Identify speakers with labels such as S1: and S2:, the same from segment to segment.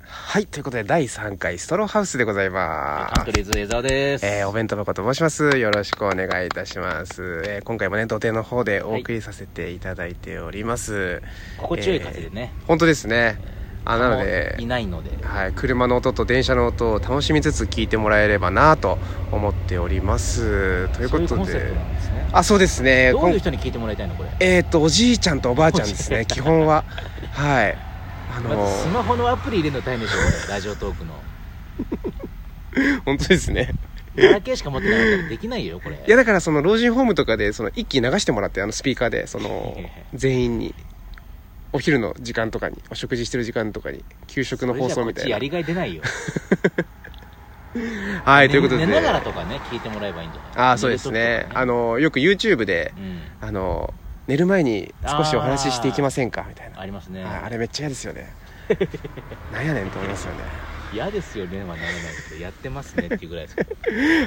S1: はい、ということで第3回ストローハウスでございま
S2: カント
S1: す。
S2: リーズレザーです。
S1: えー、お弁当箱と申します。よろしくお願いいたします。えー、今回もね、土手の方でお送りさせていただいております。
S2: 心地よい風でね。
S1: 本当ですね。あ、なの
S2: あのい
S1: で、
S2: ないので。
S1: はい、車の音と電車の音を楽しみつつ聞いてもらえればなと思っております。というこ
S2: そういうコ
S1: と
S2: ンセプ
S1: で
S2: ト、なんですね。
S1: あ、そうですね。
S2: どういう
S1: こん
S2: 人に聞いてもらいたいのこれ。
S1: えっ、と、おじいちゃんとおばあちゃんですね、基本は。はい。あ
S2: ま
S1: の
S2: ずスマホのアプリ入れるの大変でしょこれラジオトーク の。
S1: 本当ですね。
S2: ガラケーしか持ってないからできないよこれ。
S1: いやだからその老人ホームとかでその一気に流してもらってあのスピーカーでその全員にお昼の時間とかにお食事してる時間とかに給食の放送みた
S2: それ
S1: い
S2: じゃこっちや
S1: な
S2: りがい出ないよ。
S1: はいということで
S2: 寝ながらとかね聞いてもらえばいいんじゃない。
S1: ああそうですねあ
S2: の。
S1: のよく YouTube で
S2: うん。
S1: あの寝る前に少しお話ししていきませんかみたいな
S2: ありますね。
S1: ああれめっちゃ嫌ですよね なんやねんと思いますよね
S2: 嫌ですよねはならないですけどやってますねっていうぐらいですけど。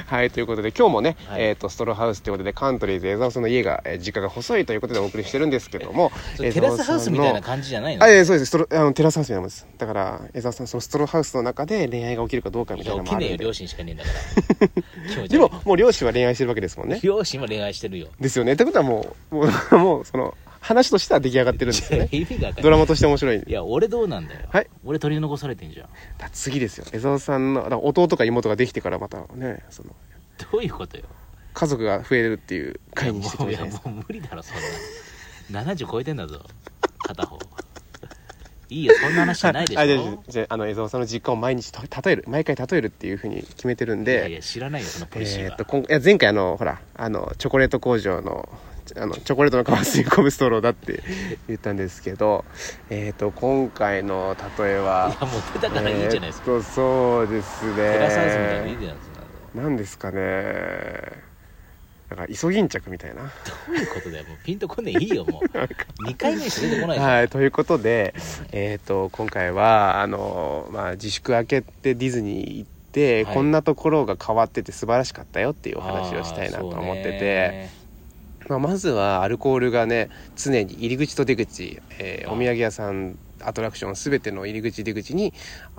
S1: はいということで今日もね、
S2: はい
S1: えー、とストローハウスということでカントリーズ江沢さんの家が、えー実家が細いということでお送りしてるんですけども
S2: それテラスハウスみたい
S1: 江澤さんの
S2: な感じじゃないの
S1: あ。ええそうですストロあのテラスハウスみたいなもんですだから江澤さんそのストローハウスの中で恋愛が起きるかどうかみ
S2: い
S1: たい
S2: や
S1: なの
S2: 起
S1: も
S2: き
S1: あ
S2: ねえ
S1: るん
S2: よ
S1: で
S2: 両親しかねえんだから。気持 ち悪い
S1: でももう両親は恋愛してるわけですもんね
S2: 両親も恋愛してるよ。
S1: ですよねってことはもうもう もうその話としては出来上がってるん ですよね
S2: 意味がわかんない
S1: ドラマとして面白い
S2: いや俺どうなんだよ、
S1: はい
S2: 俺取り残されてんじゃん
S1: だ次ですよ江澤さんのだから弟か妹ができてからまたねその
S2: どういうことよ
S1: 家族が増えるっていう回にしてく
S2: も
S1: れ
S2: う
S1: るじゃ
S2: いや
S1: ないで
S2: も
S1: すか
S2: う無理だろそんな70超えてんだぞ片方いいよそんな話じゃないでしょ、
S1: あ
S2: い
S1: じゃあじゃああの江澤さんの実家を毎日た例える毎回例えるっていうふうに決めてるんで
S2: やいや知らないよそのポリシー
S1: え
S2: は、
S1: ーっと今いや前回あのほらあのチョコレート工場のちあのチョコレートの皮吸い込むストローだって 言ったんですけどえーっと今回の例え
S2: い
S1: は
S2: やもう出たからいいじゃないですか、
S1: えーっとそうですね
S2: テラサウスみたいないいじゃないですか
S1: なんですかねなんかイソギンチャクみたいな
S2: どういうことだよもうピンとこんねえいいよ もう2回目にして出てこないじゃん、
S1: はいということでえーっと今回はあのまあ自粛明けてディズニー行って、
S2: はい
S1: こんなところが変わってて素晴らしかったよっていうお話をしたいなと思って
S2: あ
S1: て、
S2: ーそうね
S1: まあ、まずはアルコールがね常に入り口と出口、えー
S2: あ
S1: お土産屋さんアトラクション全ての入り口出口に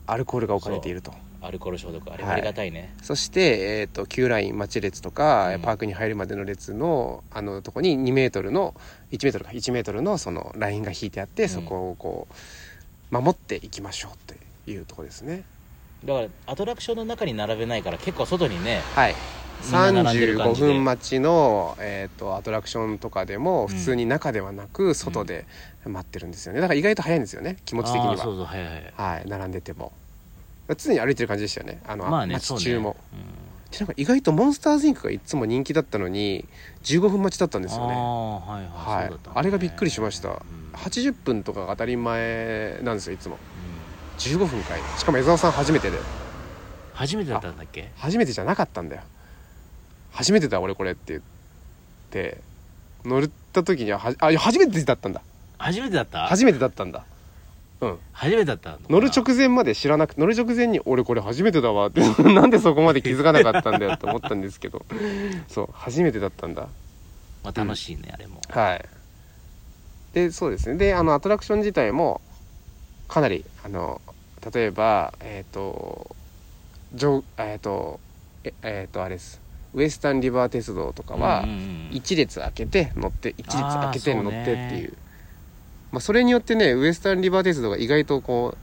S1: アルコールが置かれていると
S2: アルコール消毒あれ
S1: はい
S2: ありがたいね、
S1: そして、えー、と Q ライン待ち列とか、
S2: うん
S1: パークに入るまでの列のあのとこに2メートルの1メートルか1メートルのそのラインが引いてあって、
S2: うん
S1: そこをこう守っていきましょうというところですね
S2: だからアトラクションの中に並べないから結構外にね
S1: はい
S2: みんな並んでる感
S1: 35
S2: じで
S1: 分待ちの、えー、とアトラクションとかでも普通に中ではなく外で待ってるんですよねだから意外と早いんですよね気持ち的に
S2: あーそう
S1: は、
S2: そうはいはいはい
S1: はい、並んでても常に歩いてる感じでしたよねあの、
S2: まあね
S1: 街
S2: そうね
S1: 中も、
S2: うん
S1: でなんか意外とモンスターズインクがいつも人気だったのに15分待ちだったんですよ
S2: あ
S1: ね
S2: あはいはい、
S1: はい
S2: そうだったんだね
S1: あれがびっくりしました
S2: うん
S1: 80分とかが当たり前なんですよいつも
S2: うん
S1: 15分かいしかも江澤さん初めてで
S2: 初めてだったんだっけ
S1: 初めてじゃなかったんだよ初めてだ俺これって言って乗った時にははあいや初めてだったんだ
S2: 初めてだった
S1: 初めてだったんだうん
S2: 初めてだったのかな
S1: 乗る直前まで知らなく乗る直前に俺これ初めてだわって なんでそこまで気づかなかったんだよって思ったんですけどそう初めてだったんだ
S2: まあ、楽しいね、あれも
S1: はいでそうですねであのアトラクション自体もかなりあの例えばえっ、とじょえっ、とええーとあれですウエスタンリバー鉄道とかは
S2: うんうんうん
S1: 1列開けて乗って1列開けて
S2: あー
S1: 乗ってっていう
S2: そうね
S1: まあ、それによってねウエスタンリバー鉄道が意外とこ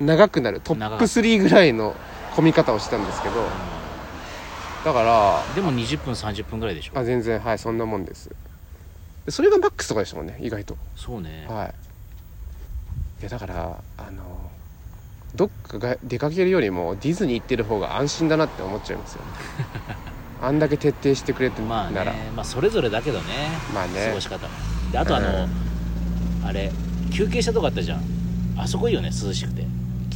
S1: う長くなるトッ
S2: 長
S1: プ
S2: く
S1: 3ぐらいの混み方をしたんですけどだから
S2: でも20分30分ぐらいでしょ
S1: あ全然はいそんなもんですでそれがマックスとかでしたもんね意外と
S2: そうね
S1: はいいやだからあのどっかが出かけるよりもディズニー行ってる方が安心だなって思っちゃいますよ あんだけ徹底してくれてん
S2: まあ
S1: なら、
S2: ねまあそれぞれだけどね
S1: まあね
S2: 過ごし方もであとあの、
S1: うん
S2: あれ休憩したとこあったじゃんあそこいいよね涼しくて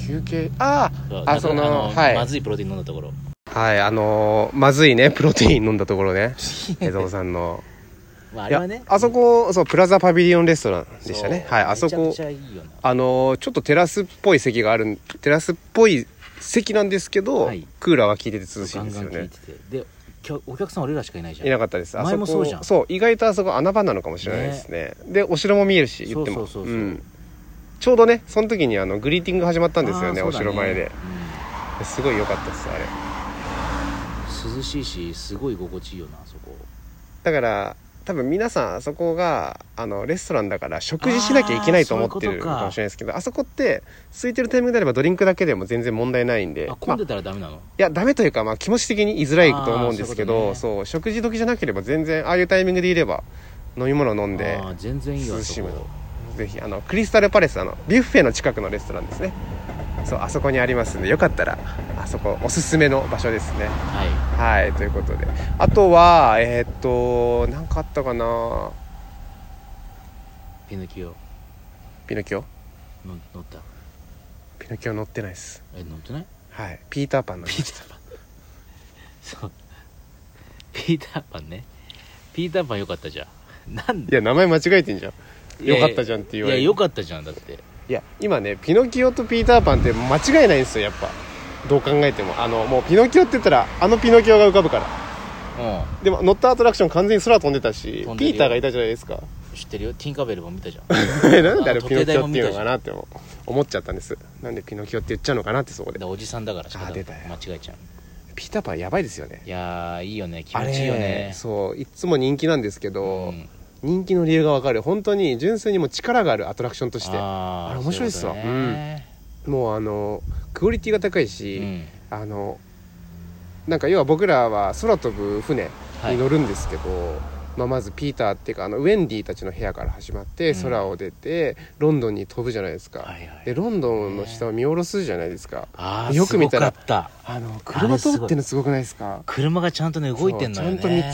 S1: 休憩あ
S2: そう
S1: あ
S2: なん
S1: あ
S2: か
S1: その
S2: あの
S1: はい、
S2: まずいプロテイン飲んだところ
S1: はいあのまずいねプロテイン飲んだところね江蔵さんの
S2: まああ
S1: い
S2: れ
S1: や
S2: はね
S1: あそこそうプラザパビリオンレストランでしたね
S2: そう
S1: はいあそ
S2: め
S1: こ
S2: ちゃくちゃいいよな
S1: あのーちょっとテラスっぽい席があるんテラスっぽい席なんですけど、
S2: はい
S1: クーラーは効いてて涼しいんです
S2: ガン
S1: よ
S2: ガン聞
S1: ね
S2: いててで今日お客さん俺らしかいないじゃん
S1: いなかったですあ
S2: 前も
S1: こ
S2: そうじゃん
S1: そう意外とあそこ穴場なのかもしれないですねでお城も見えるし言っても
S2: そうそうそうそう
S1: うんちょうどねその時にあのグリーティング始まったんですよね
S2: あー
S1: お
S2: そうだ
S1: 城前で、すごい良かったですあれ
S2: うん涼しいしすごい心地いいよなあそこ
S1: だから多分皆さんあそこがあのレストランだから食事しなきゃいけないと思って
S2: あーそうい
S1: る
S2: う
S1: か
S2: ことか
S1: もしれないですけどあそこって空いてるタイミングであればドリンクだけでも全然問題ないんで
S2: あ
S1: ま
S2: 混
S1: あ
S2: んでたらダメなの
S1: いやダメというか、まあ、気持ち的に言いづらいと思うんですけど
S2: あー
S1: そ
S2: そう
S1: 食事時じゃなければ全然ああいうタイミングでいれば飲み物飲んで
S2: あー全然いいわ
S1: 涼
S2: あ
S1: し
S2: そ
S1: む
S2: こ
S1: のぜひあのクリスタルパレスあのビュッフェの近くのレストランですねそうあそこにありますんでよかったらあそこおすすめの場所ですね
S2: はい
S1: はいということであとはえーっと何かあったかな
S2: ピノキオ
S1: ピノキオ
S2: の乗った
S1: ピノキオ乗ってないです
S2: え乗ってない
S1: はいピーターパンの
S2: ピーターパンそう ピーターパンねピーターパンよかったじゃんなん
S1: い
S2: で
S1: や名前間違えてんじゃん
S2: いや
S1: よかったじゃんって言われる
S2: いやよかったじゃんだって
S1: いや今ねピノキオとピーターパンって間違いないんですよやっぱどう考えてもあのもうピノキオって言ったらあのピノキオが浮かぶから
S2: う
S1: でも乗ったアトラクション完全に空飛んでたし
S2: 飛んで
S1: ピ
S2: るよ
S1: ーターがいたじゃないですか
S2: ん知ってるよティンカーベルも見たじゃ ん
S1: なんであ
S2: あ
S1: れ
S2: の
S1: ピノキオっていうの
S2: 時計台も見た
S1: か
S2: じ
S1: なって思思っちゃったんですなんでピノキオって言っちゃうのかなってそこで
S2: でおじさんだから仕方な
S1: あ
S2: い
S1: 出たよ
S2: 間違えちゃう
S1: ピーターパンやばいですよね
S2: いやーいいよね気持ちいいよ
S1: あれ
S2: ね
S1: そういつも人気なんですけど、
S2: ん
S1: 人気の理由がわかる本当に純粋にもう力があるアトラクションとして
S2: あー
S1: あれ面白いっすわ
S2: そううことね
S1: もうあのクオリティが高いうし、
S2: ん
S1: あのなんか要は僕らは空飛ぶ船
S2: はい
S1: に乗るんですけど、まあ、まずピーターっていうかあのウェンディたちの部屋から始まって
S2: うん
S1: 空を出て、ロンドンに飛ぶじゃないですか、
S2: はいはい
S1: でロンドンの下を見下ろすじゃないですか
S2: あー
S1: よく見たら
S2: すごかった
S1: あの
S2: あ
S1: 車
S2: れすごい
S1: 通ってんのすごくないですか
S2: 車がちゃんとね動いてんのよね
S1: そうちゃん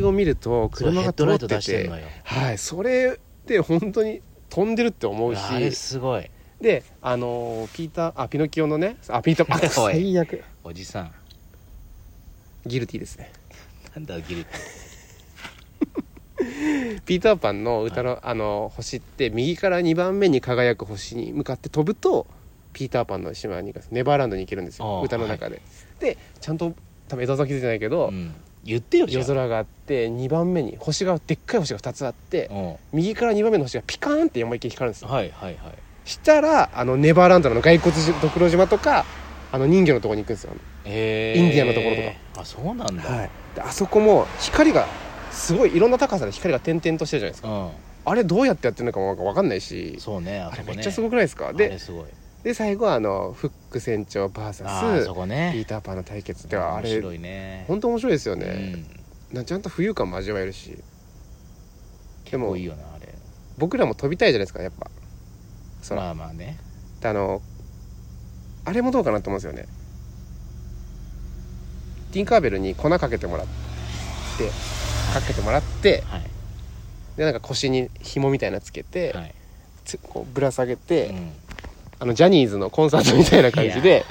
S1: と道を見ると車が通
S2: そうヘ
S1: っ
S2: ッドライト
S1: て
S2: 出して
S1: て
S2: んのよ
S1: はいそれで本当に飛んでるって思うし
S2: あれすごい
S1: であのーピーターあピノキオのねあピーターパン
S2: おい
S1: 最悪
S2: おじさん
S1: ギルティですね
S2: なんだギリって
S1: ピーターパンの歌の、あのー星って右から2番目に輝く星に向かって飛ぶとピーターパンの島に行くネバーランドに行けるんですよ
S2: あー
S1: 歌の中で、でちゃんと多分江澤さん気づいてないけど、
S2: うん言ってよじゃ
S1: 夜
S2: ん
S1: 空があって2番目に星がでっかい星が2つあって、
S2: うん
S1: 右から2番目の星がピカーンって思いっきり光るんですよ
S2: はいはいはい
S1: したらあのネバーランドの骸骨ドクロ島とかあの人魚のところに行くんですよ、
S2: へ
S1: インディアンのところと
S2: かあそうなんだ、
S1: い、であそこも光がすごいいろんな高さで光が点々としてるじゃないですかあれどうやってやってるのかも分かんないし
S2: うんそうねあ
S1: あ
S2: そ
S1: れ
S2: こね
S1: めっちゃすごくないですか、
S2: あれ
S1: です
S2: ごい
S1: で最後はあのフック船長
S2: あー
S1: VS
S2: そこ
S1: ピー
S2: ね
S1: ター・パンの対決ではあ
S2: 面
S1: れ
S2: 白いね
S1: 本当面白いですよ
S2: 当
S1: ね、なちゃんと浮遊感も味わえるしで
S2: うん、
S1: も
S2: いいよなあれ
S1: 僕らも飛びたいじゃないですかやっぱ空
S2: まあまあね
S1: であのあれもどうかなと思うんですよねティンカーベルに粉かけてもらってかけてもらって
S2: はい
S1: でなんか腰に紐みたいなつけて、
S2: はい、
S1: つこうぶら下げて、
S2: うん
S1: あのジャニーズのコンサートみたいな感じで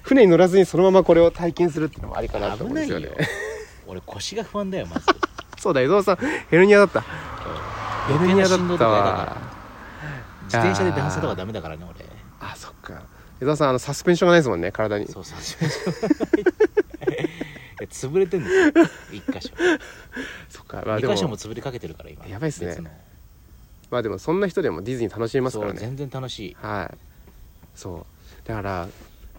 S1: 船に乗らずにそのままこれを体験するっていうのもありか
S2: い
S1: な
S2: や
S1: と
S2: 危
S1: 思うんで
S2: ない
S1: すよ
S2: よ
S1: ね
S2: 俺腰が不安だよまず
S1: そうだ伊沢さんヘルニアだったヘル
S2: 余計
S1: ニア
S2: な
S1: だ
S2: 振動
S1: っ
S2: と
S1: た
S2: か嫌だ
S1: わ
S2: から自転車で段差とかダメだからね俺
S1: あそっか伊沢さんあのサスペンションがないですもんね体に
S2: そうそうそうそう 潰れてんですよ一箇所
S1: そっかまあで
S2: 2箇所も
S1: も
S2: 潰れかけてるから今
S1: やばいっすね
S2: 別の
S1: まあでもそんな人でもディズニー楽しめますから
S2: そう
S1: ね
S2: 全然楽しい
S1: はいそうだから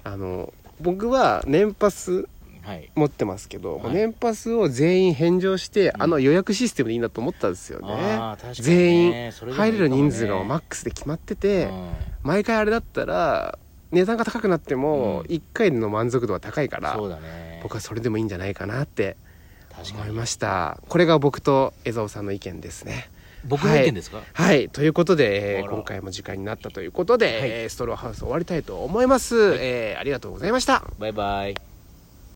S1: あの僕は年パス
S2: はい
S1: 持ってますけど、
S2: はい
S1: 年パスを全員返上して、
S2: うん
S1: あの予約システムでいいなと思ったんですよね
S2: あー確かにね
S1: 全員
S2: それでもいい
S1: 入れる
S2: かもね
S1: 人数がマックスで決まってて、
S2: うん
S1: 毎回あれだったら値段が高くなっても
S2: うん
S1: 1回の満足度は高いから、
S2: そうだね
S1: 僕はそれでもいいんじゃないかなって
S2: 確
S1: 思
S2: か
S1: い
S2: に
S1: ましたこれが僕と江蔵さんの意見ですね
S2: 僕の意見ですか
S1: はいということで、えー
S2: あら
S1: 今回も時間になったということで、
S2: はい
S1: えーストローハウス終わりたいと思います、えーありがとうございました
S2: バイバイ